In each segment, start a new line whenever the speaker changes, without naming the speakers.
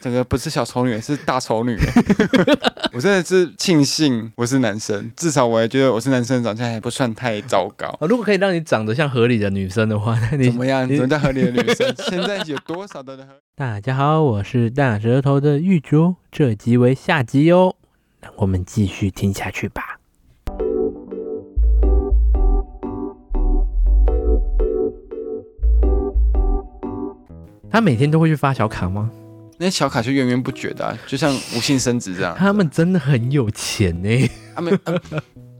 整个不是小丑女，是大丑 女。我真的是庆幸我是男生，至少我也觉得我是男生，长相还不算太糟糕。
哦如果可以让你长得像合理的女生的话， 那
怎
你
么样？
你
怎么叫合理的女生？ 现在有多少的人合？
大家好，我是大舌头的玉竹，这集为下集哦，那我们继续听下去吧。他每天都会去发小卡吗？
那些小卡就源源不绝的啊、就像无性生殖这样。
他们真的很有钱呢、
他们、呃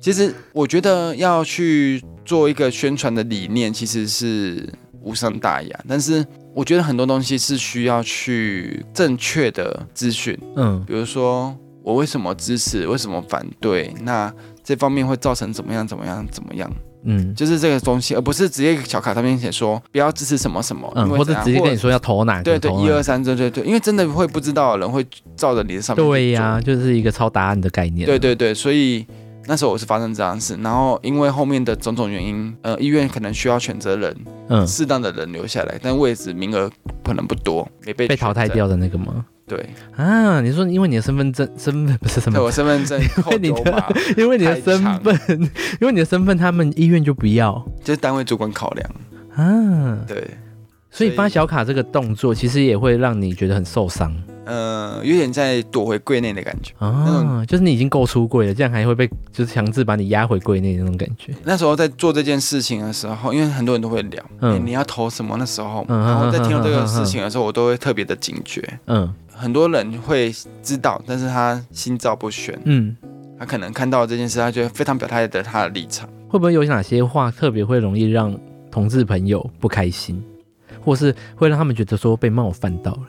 其实我觉得要去做一个宣传的理念，其实是无伤大雅。但是我觉得很多东西是需要去正确的资讯，
嗯，
比如说我为什么支持，为什么反对，那这方面会造成怎么样，怎么样，怎么样，
嗯
就是这个东西，而不是直接小卡上面写说不要支持什么什么，
嗯，
因为
或者
怎样
直接跟你。说要投哪个，
对对，
投
一
哪
二
个
三，对对对，因为真的会不知道的人会照着你的上面去
对呀、
做
就是一个抄答案的概念。
对对对，所以那时候我是发生这样的事，然后因为后面的种种原因，呃，医院可能需要选择人，
嗯，
适当的人留下来，但位置名额可能不多，没被
被淘汰
选
掉的那个吗？
择。 对，
啊，你说因为你的身份证身份不是身
在
份
我身份证后
你
九
的
码，
因为你的
太
身
长
份，因为你的身份，他们医院就不要
就是单位主管考量。
啊。
对，
所
所
以
以
发小卡这个动作，其实也会让你觉得很受伤
呃，有点在躲回柜内的感觉。
啊。就是你已经够出柜了，这样还会被就是强制把你压回柜内那种感觉。
那时候在做这件事情的时候，因为很多人都会聊，
嗯
诶哎你要投什么？那时候，
嗯
然后在听到这
嗯嗯嗯
个
嗯
事情的时候，我都会特别的警觉。
嗯
很多人会知道，但是他心照不宣。
嗯，
他可能看到这件事，他觉得非常表态的他的立场。
会不会有哪些话特别会容易让同志朋友不开心，或是会让他们觉得说被冒犯到了，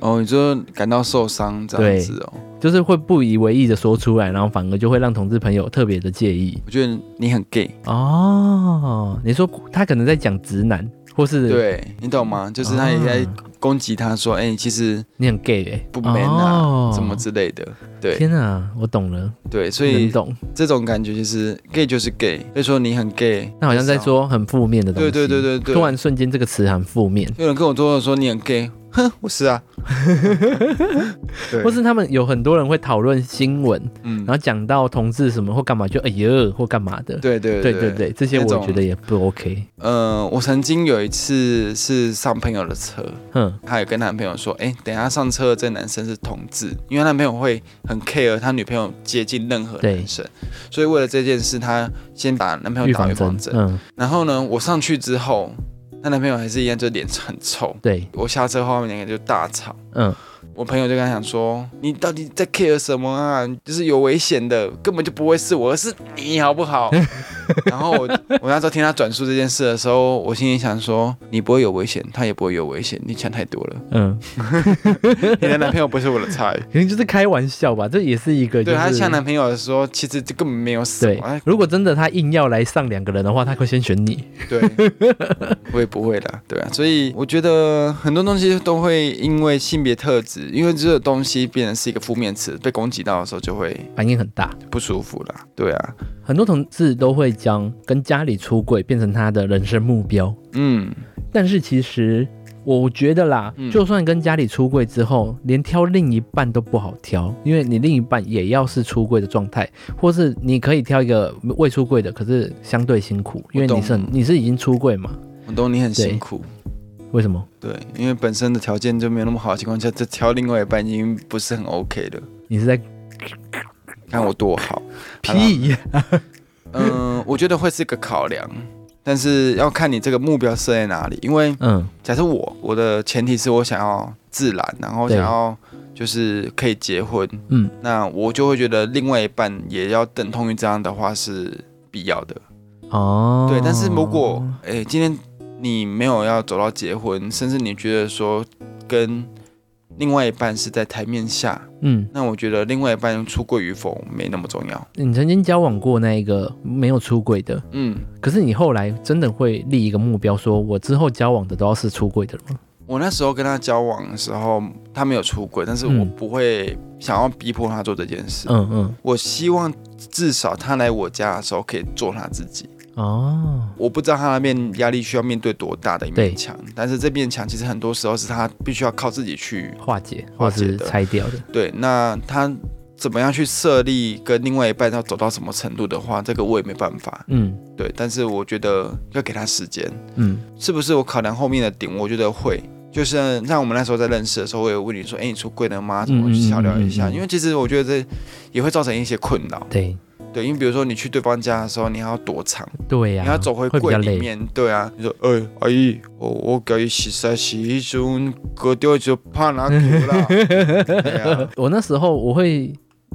哦，你就感到受伤这样子哦。
就是会不以为意的说出来，然后反而就会让同志朋友特别的介意。
我觉得你很 gay，
哦，你说他可能在讲直男，或是啊
对你懂吗？就是他也在攻击他说，哎、你其实
你很 gay 哎、
不 man 啊，
哦
什么之类的。对
天啊，我懂了，
对，所
能
以
懂。
这种感觉就是 gay 就是 gay，所以说你很 gay。
那好像在说很负面的东西，
对对对对对
突然瞬间这个词很负面，
有人跟我说说你很 gay，哼，我是 啊。对，
或是他们有很多人会讨论新闻，
嗯
然，后讲到同志什么或干嘛，就哎呦或干嘛的。
对对
对
对
对对，这些
那
我
种
觉得也不 OK。
呃，我曾经有一次是上朋友的车，
哼，
她有跟男朋友说，哎、等一下上车的这男生是同志，因为她男朋友会很 care 他女朋友接近任何男生，所以为了这件事，她先把男朋友
预
打
防
预防针。
针，嗯，
然后呢，我上去之后，她男朋友还是一样，就脸很臭。
对，
我下车后，他们两个就大吵。
嗯，
我朋友就跟他讲说：“你到底在 care 什么啊？就是有危险的，根本就不会是我，而是你好不好？”然后我我那时候听他转述这件事的时候，我心里想说：“你不会有危险，他也不会有危险，你想太多了。”
嗯，
你的男朋友不是我的菜。
肯定就是开玩笑吧，这也是一个、就
对
是。
他像男朋友的时候，其实这根本没有什
对
么。哎，
如果真的他硬要来上两个人的话，他会先选你。
对，我也不会啦，对啊。所以我觉得很多东西都会因为性别特质，因为这个东西变成是一个负面词，被攻击到的时候就会
反应很大。
不舒服啦。对啊，
很多同志都会将跟家里出柜变成他的人生目标，
嗯，
但是其实我觉得啦，
嗯
就算跟家里出柜之后，连挑另一半都不好挑，因为你另一半也要是出柜的状态，或是你可以挑一个未出柜的，可是相对辛苦，因为你是
我懂
你是已经出柜嘛？
我懂你很
对
辛苦。
为什么？
对，因为本身的条件就没有那么好的情况下，这挑另外一半已经不是很 OK 了。
你是在
看我多 好，好啦
屁呀、
嗯、我觉得会是个考量，但是要看你这个目标设在哪里，因为
嗯
假设我我的前提是我想要自然，然后
对
想要就是可以结婚，
嗯，
那我就会觉得另外一半也要等同于这样的话是必要的，
哦，
对。但是如果诶、今天你没有要走到结婚，甚至你觉得说跟另外一半是在台面下，
嗯，
那我觉得另外一半出柜与否没那么重要，
你曾经交往过那一个没有出柜的，
嗯。
可是你后来真的会立一个目标，说我之后交往的都要是出柜的吗？
我那时候跟他交往的时候，他没有出轨，但是
嗯
我不会想要逼迫他做这件事。
嗯嗯，
我希望至少他来我家的时候可以做他自己，
哦，
我不知道他那边压力需要面对多大的一
对
面墙，但是这面墙其实很多时候是他必须要靠自己去
化解
化
或
解
是
的
拆掉的，
对，那他怎么样去设立跟另外一半要走到什么程度的话，这个我也没办法。
嗯
对，但是我觉得要给他时间，
嗯
是不是？我考量后面的点，我觉得会。就是像我们那时候在认识的时候，我也问你说：“哎、你出柜了吗？”怎么去小聊一下？
嗯嗯嗯嗯嗯
因为其实我觉得这也会造成一些困扰。
对
对，因为比如说你去对方家的时候，你还要躲藏，
对呀、
你要走回
会比
柜
较
里
累，
面。对啊，你说：“哎、阿姨，我我给洗衫洗衣中，割掉就怕拿球 了。”对啊，
我那时候我会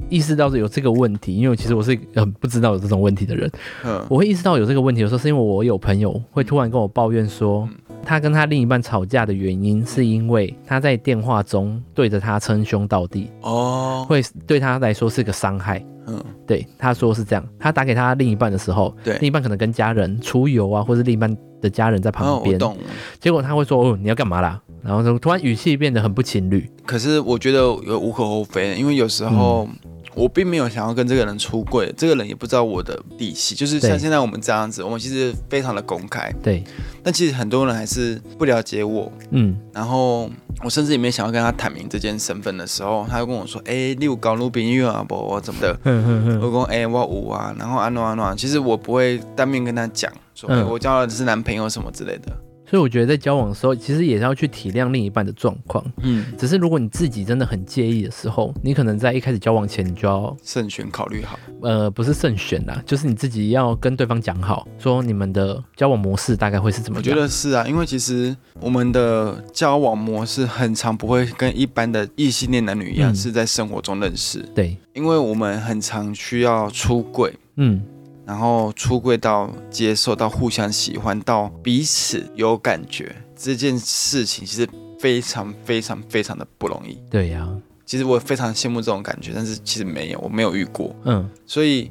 意识到有这个问题，因为其实我是很不知道有这种问题的人。
嗯，
我会意识到有这个问题，有时候是因为我有朋友会突然跟我抱怨说，
嗯
他跟他另一半吵架的原因是因为他在电话中对着他称兄道弟，
哦，
会对他来说是个伤害。
嗯，
对，他说是这样。他打给他另一半的时候，
对
另一半可能跟家人出游啊，或是另一半的家人在
哦
旁边
我，懂。
结果他会说：“哦，你要干嘛啦？”然后就突然语气变得很不情侣。
可是我觉得有无可厚非，因为有时候
嗯
我并没有想要跟这个人出柜，这个人也不知道我的底细。就是
对
像现在我们这样子，我们其实非常的公开，
对，
但其实很多人还是不了解我。
嗯，
然后我甚至也没想要跟他坦明这件身份的时候，他就跟我说：“哎、你有搞女朋友啊不？我怎么 的？”
哼哼哼，
我讲：“哎、我有啊。”然后安诺安诺，其实我不会当面跟他讲说、
嗯
哎我交的是男朋友什么之类的。
所以我觉得在交往的时候，其实也是要去体谅另一半的状况。
嗯，
只是如果你自己真的很介意的时候，你可能在一开始交往前你就要，
慎选考虑好。
呃，不是慎选啦，就是你自己要跟对方讲好，说你们的交往模式大概会是怎么
我
样。
觉得是啊，因为其实我们的交往模式很常不会跟一般的异性恋男女一样、
嗯
是在生活中认识，
对，
因为我们很常需要出柜，
嗯，
然后出柜到接受到互相喜欢到彼此有感觉这件事情，其实非常非常非常的不容易。
对呀、
其实我非常羡慕这种感觉，但是其实没有，我没有遇过。
嗯，
所以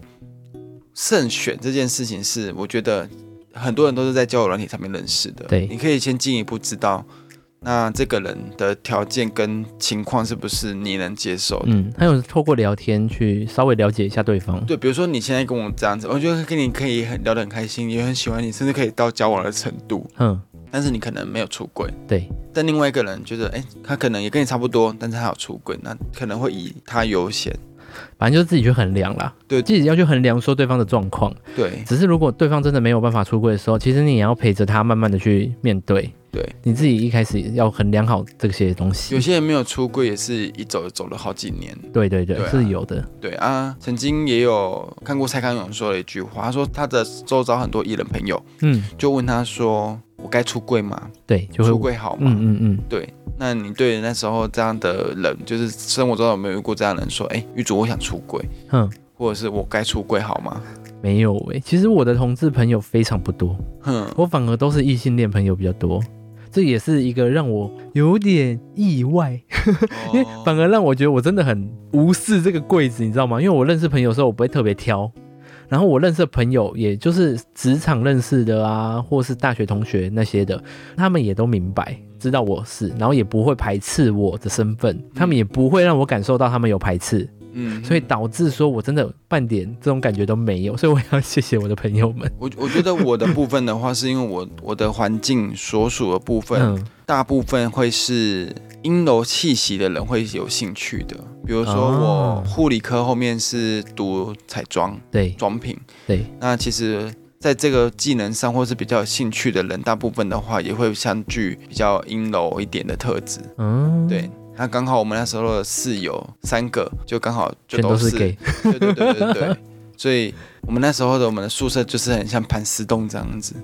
慎选这件事情是，我觉得很多人都是在交友软体上面认识的。
对
你可以先进一步知道，那这个人的条件跟情况是不是你能接受的。
嗯，还有透过聊天去稍微了解一下对方。
对，比如说你现在跟我这样子，我觉得跟你可以很聊得很开心，也很喜欢你，甚至可以到交往的程度，
嗯，
但是你可能没有出轨。
对，
但另外一个人觉得，哎，他可能也跟你差不多，但是他有出轨，那可能会以他优先。
反正就自己去衡量啦。
对
自己要去衡量说对方的状况。
对
只是如果对方真的没有办法出柜的时候，其实你也要陪着他慢慢的去面对。
对，
你自己一开始要衡量好这些东西
有。些人没有出轨，也是一走走了好几年。
对对对，
对啊
是有的。
对啊，曾经也有看过蔡康永说了一句话，他说他的周遭很多艺人朋友
嗯，
就问他说：“我该出柜吗？
对，就会
出柜好吗？”
嗯嗯嗯，
对，那你对那时候这样的人，就是生活中有没有遇过这样的人说：“哎，玉主，我想出柜，
哼，
或者是我该出柜好吗
没有诶、其实我的同志朋友非常不多，？”
哼，
我反而都是异性恋朋友比较多。这也是一个让我有点意外， 因为
哦
反而让我觉得我真的很无视这个柜子，你知道吗？因为我认识朋友的时候，我不会特别挑，然后我认识的朋友，也就是职场认识的啊，或是大学同学那些的，他们也都明白知道我是，然后也不会排斥我的身份，他们也不会让我感受到他们有排斥，
嗯
所以导致说我真的半点这种感觉都没有，所以我要谢谢我的朋友们。
我我觉得我的部分的话，是因为我我的环境所属的部 分，
嗯，
大部分会是阴柔气息的人会有兴趣的，比如说我
哦
护理科后面是读彩妆
对
妆品，
对，
那其实在这个技能上或是比较有兴趣的人，大部分的话也会相具比较阴柔一点的特质。
嗯，
对，，那刚好我们那时候的室友三个就刚好就
全都
是
是 gay，
对对对对对，所以我们那时候的我们的宿舍就是很像盘丝洞这样子，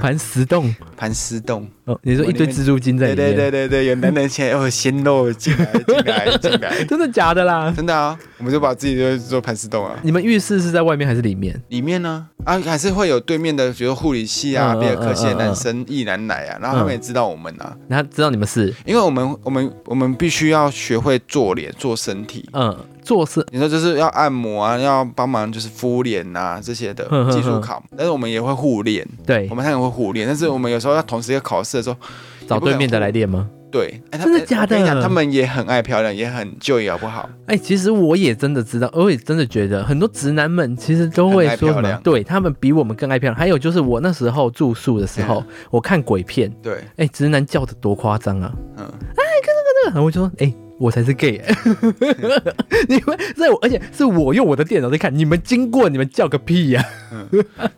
盘石洞。
盘丝洞。
哦，你说一堆蜘蛛精在
对
里面？
对对对对，有男人先哦，鲜肉进来进来进 来，
真的假的啦？
真的啊，我们就把自己就做盘丝洞啊。
你们浴室是在外面还是里面？
里面呢啊，还是会有对面的，比如护理系啊、
嗯嗯
别的科系的
嗯嗯嗯
男生一男来啊，然后他们也知道我们啊，
然后知道你们是，
因为我们我们我们必须要学会做脸、做身体，
嗯，做事，
你说就是要按摩啊，要帮忙就是敷脸啊这些的
嗯嗯嗯
技术考，但是我们也会互练，
对
我，们当然会互练，但是我们有时候要同时要考试的时候，
找对面的来练吗？
对，哎，他
真的
哎
假
我跟你讲
的
他们也很爱漂亮，也很 joy 好不好？
哎、其实我也真的知道，我也真的觉得很多直男们其实都会说
很爱漂
什么，
亮
对他们比我们更爱漂亮。还有就是我那时候住宿的时候，
嗯
我看鬼片，
对，
哎、直男叫的多夸张啊！
嗯，
然后我就说，哎、我才是 gay，、欸、 你们在我，而且是我用我的电脑在看，你们经过，你们叫个 屁呀、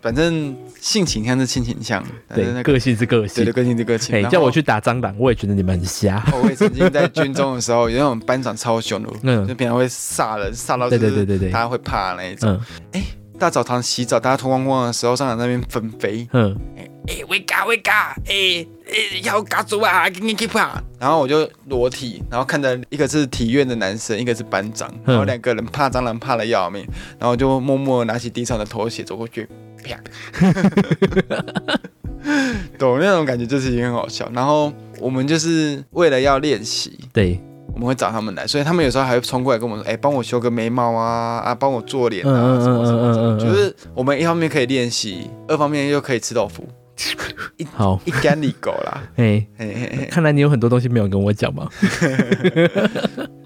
反正性倾向是性倾向，反正
对，
那个
个性是个
对
性
的，。个性是个性。
哎、
然后
叫我去打蟑螂，我也觉得你们很瞎。
哦我也曾经在军中的时候，有那 种班长超凶的，
嗯
就平常会吓人，吓到
对
就是
对对对对
大家会怕那一种。
嗯
大澡堂洗澡，大家脱光光的时候，上来那边分飞，
嗯，
哎、欸，维嘎维嘎，哎、欸、欸，要嘎住啊，给你给怕。然后我就裸体，然后看着一个是体院的男生，一个是班长，然后两个人怕蟑螂怕的要命，然后就默默拿起地上的拖鞋走过去，啪， 懂那种感觉就是已经很好笑。然后我们就是为了要练习，
对，
我们会找他们来，所以他们有时候还会冲过来跟我们说：“哎、帮我修个眉毛啊，啊，帮我做脸啊，什么什么什么。
嗯嗯嗯嗯嗯嗯嗯
就是我们一方面可以练习，二方面又可以吃豆腐，
好，
一干二狗啦，
哎、
嘿嘿嘿，
看来你有很多东西没有跟我 讲嘛。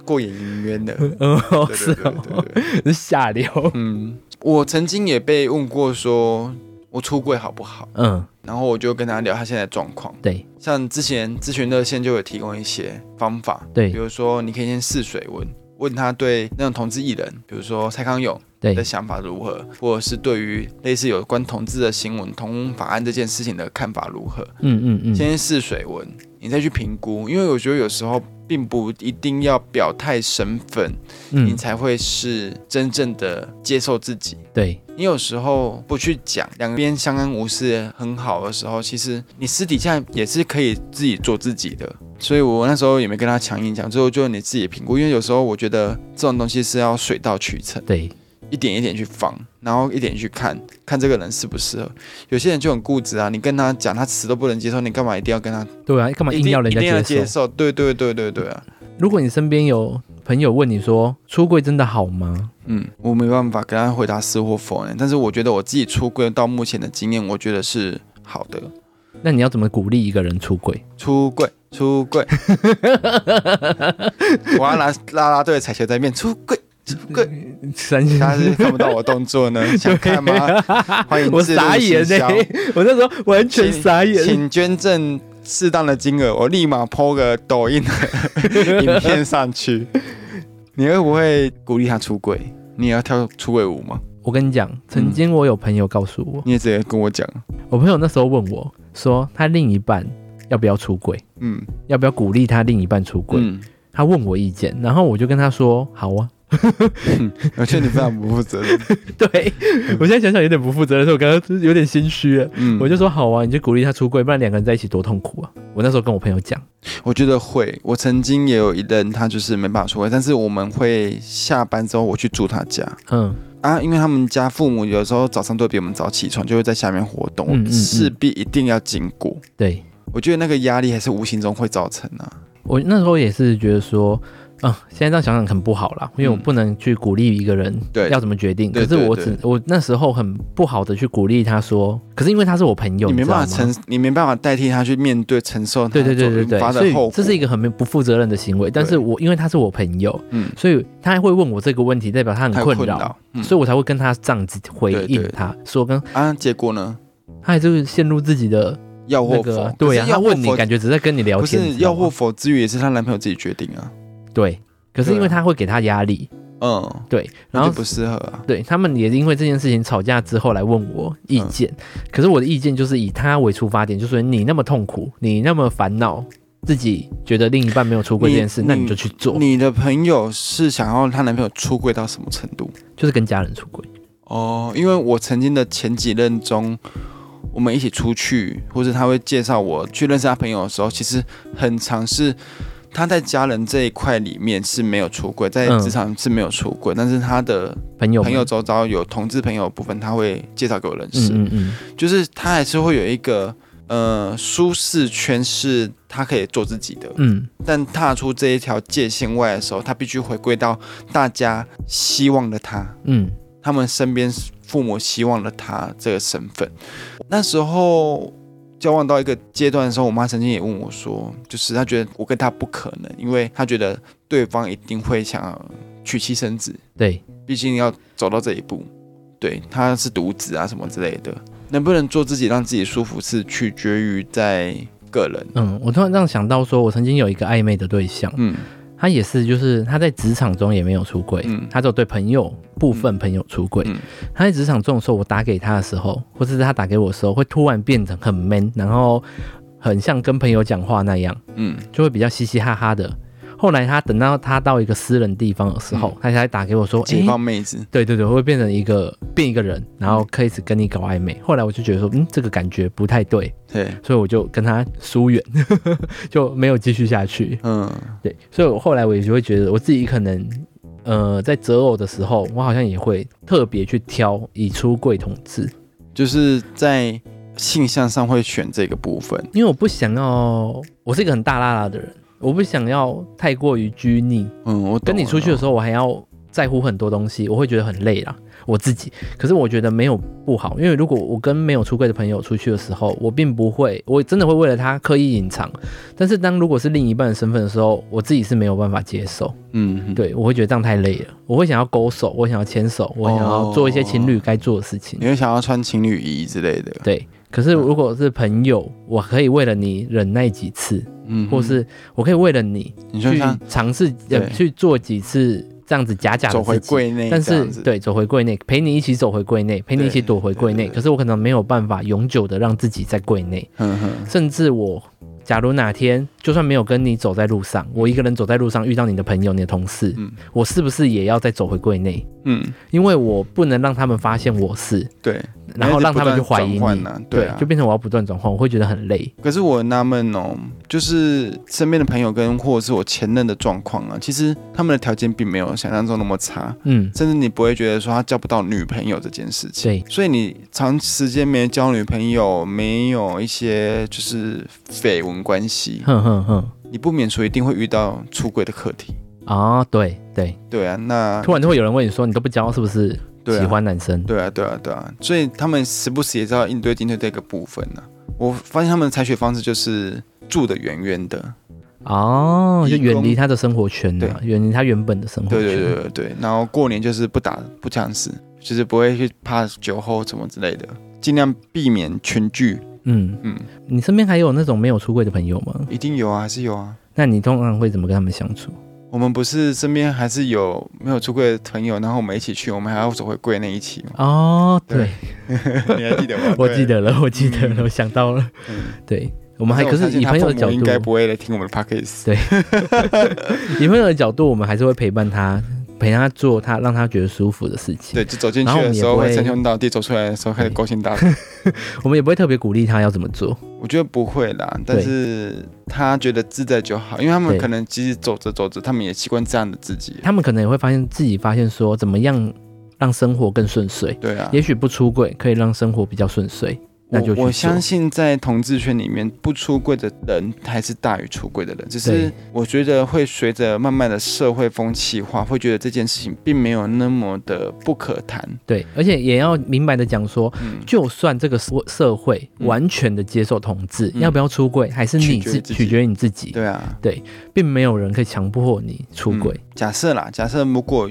过眼云烟的。
嗯，
对对对
是
对
哦，
对，
是下流。
嗯，我曾经也被问过说，我出柜好不好？
嗯，
然后我就跟他聊他现在的状况，
对
像之前咨询热线就有提供一些方法，比
对
如说你可以先试水温，问他对那种同志艺人，比如说蔡康永。的
对，
想法如何，或者是对于类似有关同志的新闻、同婚法案这件事情的看法如何，
嗯嗯嗯，
先试水文，你再去评估。因为我觉得有时候并不一定要表态身份，你
嗯，
才会是真正的接受自己。
对
你有时候不去讲，两边相安无事很好的时候，其实你私底下也是可以自己做自己的。所以我那时候也没跟他强硬讲，最后就你自己评估。因为有时候我觉得这种东西是要水到渠成。
对，
一点一点去放，然后一点去看看这个人适不适合。有些人就很固执啊，你跟他讲，他死都不能接受，你干嘛一定要跟他？
对啊，干嘛
一
硬
定
要人
一定要
家
接
接受？
受？对对对对对啊！
如果你身边有朋友问你说出柜真的好吗？
嗯，我没办法跟他回答是或否呢，但是我觉得我自己出柜到目前的经验，我觉得是好的。
那你要怎么鼓励一个人出 柜？
出柜，出 柜，我要拿啦啦队的彩球在面出柜。出柜，
三
大家是看不到我动作 呢，想看吗？欢迎
啊我
自入
傻眼欸
行
呢、
销
我那时候完全傻眼。
请捐赠适当的金额，我立马 PO 个抖音的影片上去。 你会不会鼓励他出轨？你也要跳出轨舞吗？
我跟你讲，
嗯
曾经我有朋友告诉我，
你也直接跟我讲，
我朋友那时候问我说，他另一半要不要出柜，
嗯，
要不要鼓励他另一半出柜？
嗯，
他问我意见，然后我就跟他说好 啊。
我觉得你非常不负责任。
对我现在想想有点不负责任，所以我刚刚有点心虚了。
嗯，
我
我
就说好啊，你就鼓励他出柜，不然两个人在一起多痛苦啊！我那时候跟我朋友讲，
我觉得会。我曾经也有一任，他就是没办法出轨，但是我们会下班之后我去住他家
嗯，
啊，因为他们家父母有时候早上都会比我们早起床，就会在下面活动，
嗯嗯嗯
势必一定要经过。
对
我觉得那个压力还是无形中会造成啊。
我那时候也是觉得说，嗯，现在这样想想很不好啦，因为我
嗯
不能去鼓励一个人
对
要怎么决定，
对
可是我
对
只我那时候很不好的去鼓励他说，可是因为他是我朋友，
你
你
没
知道
办法
吗
承，你没办法代替他去面对、承受他
对对对
所
对对，
引发
所
的
以
后果。
这是一个很没不负责任的行为。但是我因为他是我朋友，
嗯，
所以他会问我这个问题，代表他很
他有
困
困
扰，
扰，嗯
所以我才会跟他这样子回
对
应
对
他，说跟
啊，结果呢？
他还是陷入自己的
要
那
或
个
否
啊，，对呀、
可是
他
要
问你
或否
感觉只是在跟你聊
不
天，你
是
知道
要
吗
或否之余，也是她男朋友自己决定啊。
对，可是因
对
为
啊
他会给他压力，
嗯，
对，
那
然
就
后
不适合啊。
对他们也因为这件事情吵架之后来问我意见，
嗯
可是我的意见就是以他为出发点，就是你那么痛苦，你那么烦恼，自己觉得另一半没有出轨这件事，
你
那你就去做，
你的朋友是想要她男朋友出柜到什么程度？
就是跟家人出轨，
哦，因为我曾经的前几任中，我们一起出去，或者他会介绍我去认识他朋友的时候，其实很常是他在家人这一块里面是没有出轨，在
嗯
职场是没有出轨，但是他的
朋友们
朋友，周遭有同志朋友的部分，他会介绍给我认识，
嗯嗯嗯，
就是他还是会有一个。呃，舒适圈是他可以做自己的，
嗯，
但踏出这一条界限外的时候，他必须回归到大家希望的他。
嗯，
他们身边父母希望了他这个身份。那时候交往到一个阶段的时候，我妈曾经也问我说，就是她觉得我跟她不可能，因为她觉得对方一定会想要娶妻生子，
对，
毕竟要走到这一步，对，她是独子啊什么之类的，能不能做自己让自己舒服是取决于在个人，
嗯，我突然这样想到说，我曾经有一个暧昧的对象，
嗯
他也是，就是他在职场中也没有出轨，
嗯
他只有对朋友部分朋友出轨。
嗯
他在职场中的时候，我打给他的时候，或者是他打给我的时候，会突然变成很 man，然后很像跟朋友讲话那样，
嗯，
就会比较嘻嘻哈哈的。后来他等到他到一个私人地方的时候，他才打给我说：“
嗯解
诶
放妹子，
对对对，会变成一个变一个人，然后开始跟你搞暧昧。后来我就觉得说，嗯，这个感觉不太对，
对，
所以我就跟他疏远， 就没有继续下去。
嗯
对，所以我后来我也就会觉得，我自己可能，呃，在择偶的时候，我好像也会特别去挑以出柜同志，
就是在性向上会选这个部分，
因为我不想要，我是一个很大拉拉的人，我不想要太过于拘泥。
嗯，我
跟你出去的时
候，
候，我还要在乎很多东西，我会觉得很累啦，我自己。可是我觉得没有不好，因为如果我跟没有出柜的朋友出去的时候，我并不会，我真的会为了他刻意隐藏。但是当如果是另一半的身份的时候，我自己是没有办法接受。
嗯，
对，我会觉得这样太累了。我会想要勾手，我想要牵手，我想
哦
要做一些情侣该做的事情。
你会想要穿情侣衣之类的，
对，可是如果是朋友，我可以为了你忍耐几次，
嗯，
或是我可以为了你
你就
去
像
尝试呃
对
去做几次这样子假假
走
的
回
事情。
柜内，
但是，对，走回柜内，陪你一起走回柜内，陪你一起
对
躲回柜
对
内。
对对
可是我可能没有办法永久的让自己在柜内。
嗯哼，
甚至我，假如哪天就算没有跟你走在路上，我一个人走在路上遇到你的朋友、你的同事，
嗯
我是不是也要再走回柜内？
嗯，
因为我不能让他们发现我是，
对。
然后让他们去怀疑
你还是不断
你
转换啊，对啊
就变成我要不断转换，我会觉得很累。
可是我很纳闷哦，就是身边的朋友跟或者是我前任的状况啊，其实他们的条件并没有想象中那么差，
嗯，
甚至你不会觉得说他交不到女朋友这件事情。
对，
所以你长时间没交女朋友，没有一些就是绯闻关系，
哼哼哼，
你不免说一定会遇到出轨的课题。
啊、对对，
对啊，那
突然就会有人问你说，你都不交是不是
对
喜
啊，
欢男生？
对啊，对啊，对啊，所以他们时不时也知道应对进退这个部分呢、我发现他们的采取方式就是住的远远的，
哦，就
移工
远离他的生活圈了、远离他原本的生活圈。
对对对对对，然后过年就是不打不强势，就是不会去怕酒后什么之类的，尽量避免群聚。
嗯，
嗯，
你身边还有那种没有出柜的朋友吗？
一定有啊，还是有啊。
那你通常会怎么跟他们相处？
我们不是身边还是有没有出柜的朋友，然后我们一起去，我们还要走回柜那一起 吗？
哦，对？
对，你还记得吗
我记得了，我记得了，
嗯
我想到了。
嗯
对，我
我
们还可是以朋友的角
应该
度，
不会来听我们的 podcast。
以朋友的角度，我们还是会陪伴他，陪他做他让他觉得舒服的事情。
对，就走进
然后
去
我们
的
也
时候
不会
会称兄道弟，走出来的时候开始勾心斗角。
我们也不会特别鼓励他要怎么做。
我觉得不会啦，但是他觉得自在就好，因为他们
对
可能其实走着走着，他们也习惯这样的自己。
他们可能也会发现自己发现说，怎么样让生活更顺遂。
对啊，
也许不出柜可以让生活比较顺遂，那就去
我我
做
相信在同志圈里面，不出柜的人还是大于出柜的人，只是
对
我觉得会随着慢慢的社会风气化，会觉得这件事情并没有那么的不可谈。
对，而且也要明白的讲说，
嗯，
就算这个社社会
嗯
完全的接受同志，
嗯
要不要出柜还是你
取决于
自
自己
取决于你自己，
对啊，
并没有人可以强迫你出
嗯
柜。
假设啦，假设如果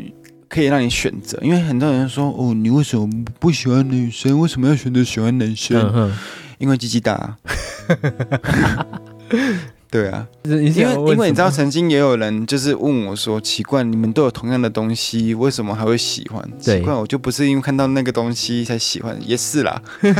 可以让你选择，因为很多人说哦，你为什么不喜欢女生？为什么要选择喜欢男生？
嗯哼，
因为鸡鸡大、啊。 对啊，
你
因为因为你知道，曾经也有人就是问我说，奇怪，你们都有同样的东西，为什么还会喜欢？
对
奇怪，我就不是因为看到那个东西才喜欢，也是啦。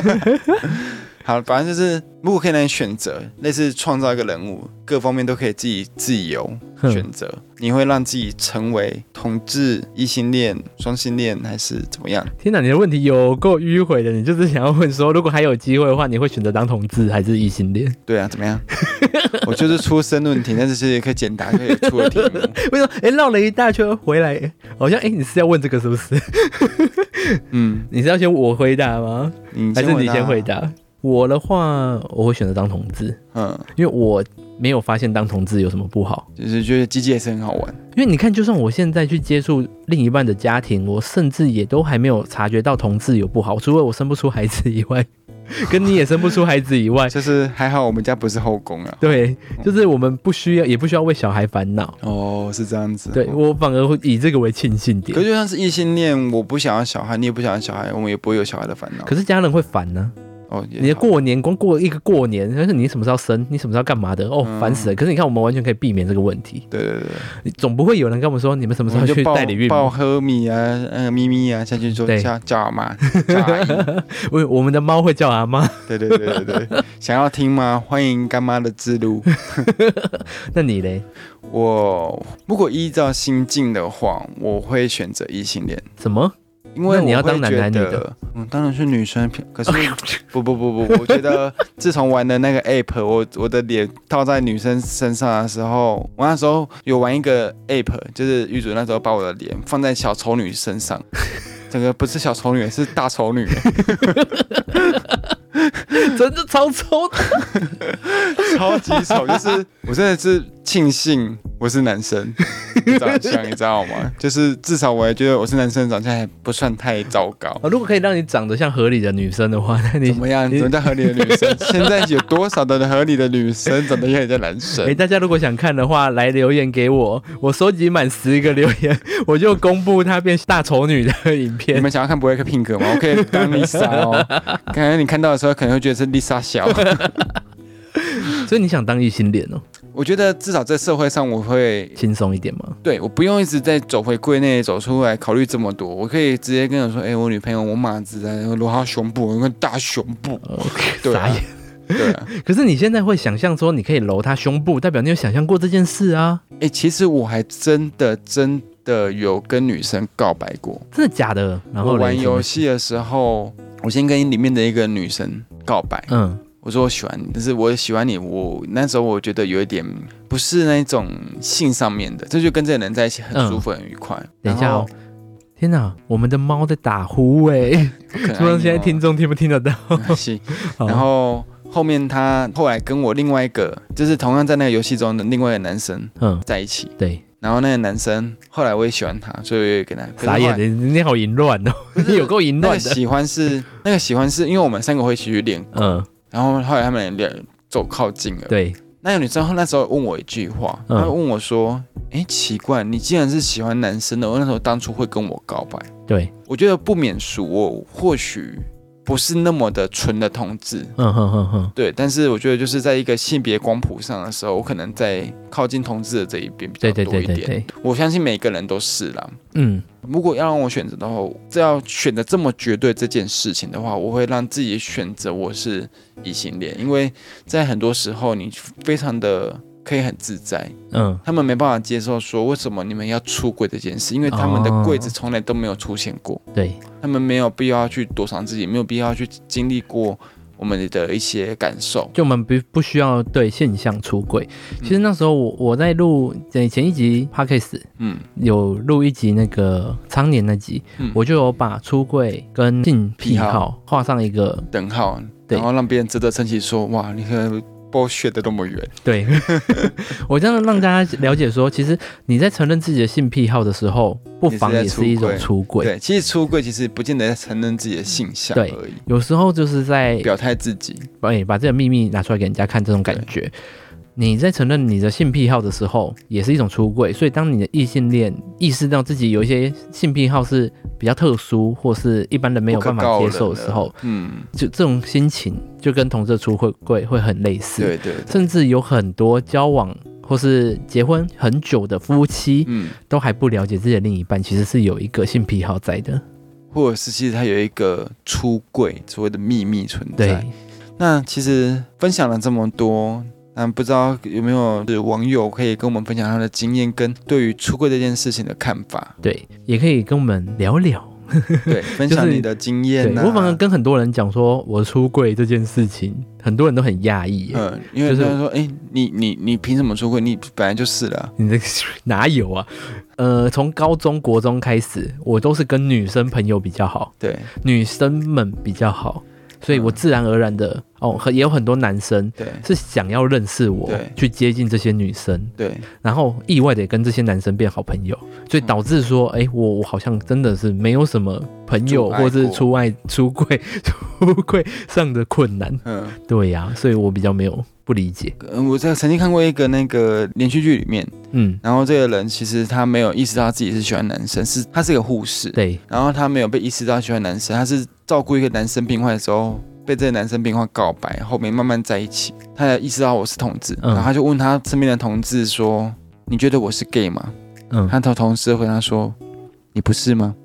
好，反正就是如果可以让你选择，类似创造一个人物，各方面都可以自己自由选择，你会让自己成为同志、异性恋、双性恋还是怎么样？
天哪，你的问题有够迂回的，你就是想要问说，如果还有机会的话，你会选择当同志还是异性恋？
对啊，怎么 样？我就是出申论题，但是其实也可以简答就可以出的题目。
为什么？哎，绕了一大圈回来，好像哎，你是要问这个是不是？
嗯，
你是要先我回答吗？
你
还是你先回
回答？
答？我的话，我会选择当同志，
嗯，
因为我没有发现当同志有什么不好。
就是觉得鸡鸡也是很好玩。
因为你看，就算我现在去接触另一半的家庭，我甚至也都还没有察觉到同志有不好，除了我生不出孩子以外。 跟你也生不出孩子以外，
就是还好我们家不是后宫啊。
对，就是我们不需要，也不需要为小孩烦恼。
哦，是这样子。
对我反而会以这个为庆幸点
可。就像是异性恋，我不想要小孩，你也不想要小孩，我们也不会有小孩的烦恼。
可是家人会烦呢、
哦，也
你的
好
过年光过一个过年，但是你什么时候生，你什么时候干嘛的，哦，
嗯
烦死了。可是你看，我们完全可以避免这个问题。
对对对，对
你总不会有人跟我们说，你们什么时
我
候
们就
去
抱
代理孕
抱
母？
喝米啊，嗯，咪咪啊，下去说
对
叫叫阿 妈，叫阿姨。
我我们的猫会叫阿妈，
对对对对 对，想要听吗？欢迎干妈的之路。
那你嘞？
我如果依照心境的话，我会选择异性恋，
什么？
因为
那你要
我会
当男
觉
还是女的哦
得，嗯，当然是女生。可 是不不不不，我觉得自从玩的那个 app，我我的脸套在女生身上的时候，我那时候有玩一个 app，就是女主那时候把我的脸放在小丑女身上，整个不是小丑女，是大丑女，
真的超丑的，
超级丑，就是我真的是庆幸我是男生。长相你知道吗？就是至少我也觉得我是男生，长相还不算太糟糕。
哦如果可以让你长得像合理的女生的话， 那你
怎么样？
你
怎么叫合理的女生？现在有多少的合理的女生长得像人家男生
哎、？大家如果想看的话，来留言给我，我收集满十个留言， 我就公布她变大丑女的影
你
片。
们想要看 Black Pink 吗？我可以当 Lisa 哦。刚才你看到的时候，可能会觉得是 Lisa 小。
所以你想当异性恋哦，
我觉得至少在社会上，我会
轻松一点嘛。
对我不用一直在走回柜内走出来考虑这么多，我可以直接跟人说：“哎、我女朋友，我马子啊，我罗哈胸部，我个大胸部。
OK，
对啊
傻眼。
对 啊，
可是你现在会想象说你可以揉她胸部，代表你有想象过这件事啊？
哎、其实我还真的真的有跟女生告白过。
真的假的？然后
我
嘞
玩
什么
游戏的时候，我先跟里面的一个女生告白，
嗯，
我说我喜欢你，但是我喜欢你，我那时候我觉得有一点不是那种性上面的，这就跟这个人在一起很舒服、很愉快。
等一下
然
哦
后，。
天哪，我们的猫在打呼 哎、
不可
不知道
能
现在听众听不听得到？
戏，然后后面他后来跟我另外一个，就是同样在那个游戏中的另外一个男生
嗯，
在一起，
对，
然后那个男生后来我也喜欢他，所以我也跟他可是
傻
后
眼
来
的，你好淫乱哦，你 有够淫
那个
乱的。
喜欢是那个喜欢是因为我们三个会一起去练，
嗯，
然后后来他们俩走靠近了，
对，
那个女生那时候问我一句话，
嗯
她问我说：“哎、奇怪，你既然是喜欢男生的，我那时候当初会跟我告白，
对，
我觉得不免俗，我或许不是那么的纯的同志，
嗯哼哼哼，
对，但是我觉得就是在一个性别光谱上的时候，我可能在靠近同志的这一边比较
对对
多
对
一点。
对对，
我相信每个人都是啦。
嗯，
如果要让我选择的话，这要选择这么绝对这件事情的话，我会让自己选择我是异性恋，因为在很多时候你非常的可以很自在，
嗯，
他们没办法接受说为什么你们要出轨这件事，因为他们的柜子从来都没有出现过，
对，
他们没有必要去躲藏自己，没有必要去经历过我们的一些感受。
就我们不不需要对现象出轨。
嗯
其实那时候我我在录前前一集 podcast
嗯
有录一集那个苍年那集，
嗯，
我就有把出柜跟性癖
癖
好画上一个
等号，
对
然后让别人啧啧称奇说哇，你看。包学的那么远，
对， 我这样让大家了解说，其实你在承认自己的性癖好的时候，不妨也是一种出轨。
对，其实出柜其实不见得在承认自己的性向
对
而已，
有时候就是在
表态自己，
把哎把这个秘密拿出来给人家看，这种感觉。你在承认你的性癖好的时候，也是一种出柜。所以，当你的异性恋意识到自己有一些性癖好是比较特殊，或是一般人没有办法接受的时候
不可告人了，，嗯，
就这种心情就跟同志的出柜柜会很类似。
对对，对
甚至有很多交往或是结婚很久的夫妻，
嗯，
都还不了解自己的另一半其实是有一个性癖好在的。
嗯或者是其实它有一个出柜所谓的秘密存
对。
在。，那其实分享了这么多。嗯，不知道有没有就是网友可以跟我们分享他的经验，跟对于出柜这件事情的看法
对，也可以跟我们聊聊。
对，分享你的经
对
验啊呐、
我反而跟很多人讲说，我出柜这件事情，很多人都很讶异耶。
嗯，因为
就是
他说，哎、你你你凭什么出柜？你本来就是了。
你这个哪有啊？呃，从高中、国中开始，我都是跟女生朋友比较好，
对，
女生们比较好。所
嗯
以我自然而然的哦，很也有很多男生
对
是想要认识我
对，
去接近这些女生，
对，
然后意外的跟这些男生变好朋友，所以导致说，哎、我我好像真的是没有什么朋友
嗯阻碍
或是
过
出外 出柜出柜上的困难，
嗯
对呀、所以我比较没有不理解，
呃我在曾经看过一个那个连续剧里面，
嗯，
然后这个人其实他没有意识到自己是喜欢男生，是他是个护士，
对，
然后他没有被意识到喜欢男生，他是照顾一个男生病患的时候。被这个男生病患告白，后面慢慢在一起，他才意识到我是同志，
嗯
然后他就问他身边的同志说：“你觉得我是 gay 吗？”
嗯，
他的同事回答说：“你不是吗？”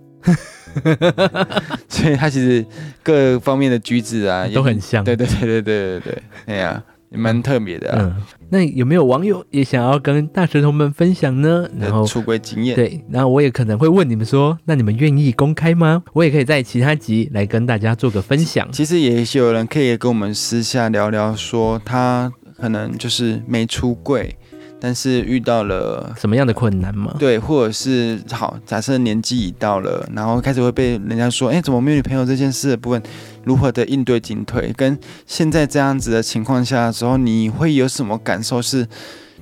所以他其实各方面的举止啊，也
都很像，
对对对对对对对，哎呀、也蛮特别的、啊。
嗯，那有没有网友也想要跟大舌头们分享呢？
你的
然后
出轨经验，
对，然后我也可能会问你们说，那你们愿意公开吗？我也可以在其他集来跟大家做个分享。
其实也是有人可以跟我们私下聊聊，说他可能就是没出柜，但是遇到了。
什么样的困难吗？
对，或者是好，假设年纪已到了，然后开始会被人家说，哎，怎么没有女朋友这件事的部分，如何的应对进退，跟现在这样子的情况下的时候，你会有什么感受是？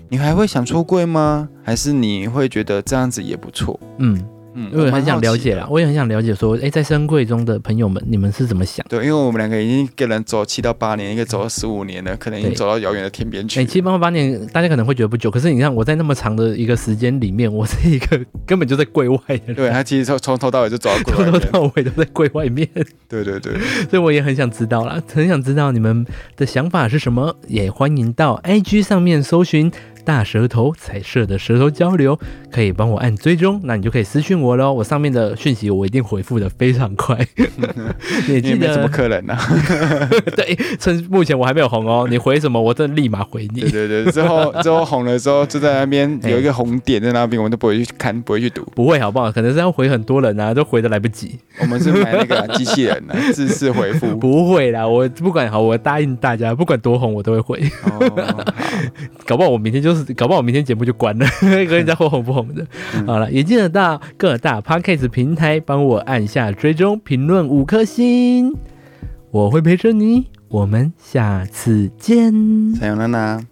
你还会想出柜吗？还是你会觉得这样子也不错？
嗯，
嗯，
我也很
蛮好
想了
奇
解
的
啦，。我也很想了解说，哎，在深柜中的朋友们，你们是怎么想？
对，因为我们两个已经一个人走七到八年，一个走了十五年了，可能已经
对
走到遥远的天边去
哎，。七八八年，大家可能会觉得不久，可是你看我在那么长的一个时间里面，我是一个根本就在柜外的人，
对他其实从从头到尾就 走到国
从
外
头
面。
到尾都在柜外面。
对对对，
所以我也很想知道啦，很想知道你们的想法是什么，也欢迎到 IG 上面搜寻“大舌头彩色”的舌头交流，可以帮我按追踪，那你就可以私讯我喽。我上面的讯息我一定回复的非 常快， 你
因
记
为没什么
得
可能啊。
对，趁目前我还没有红哦，你回什么我真的立马回
对
你，
对 对，之后之后红了之后，就在那边
哎
有一个红点在那边，我们都不会去看，不会去读。
不会好不好？可能是要回很多人啊，都回的来不及。
我们是买那个啊机器人的 自式回复。
不会啦，我不管好，我答应大家，不管多红我都会回。
哦，
搞不好我明天就是，搞不好我明天节目就关了， 跟人家或红不红的。
嗯
好了，也记得到各大 podcast 平台帮我按下追踪、评论五颗星，我会陪着你。我们下次见。
才有娜娜。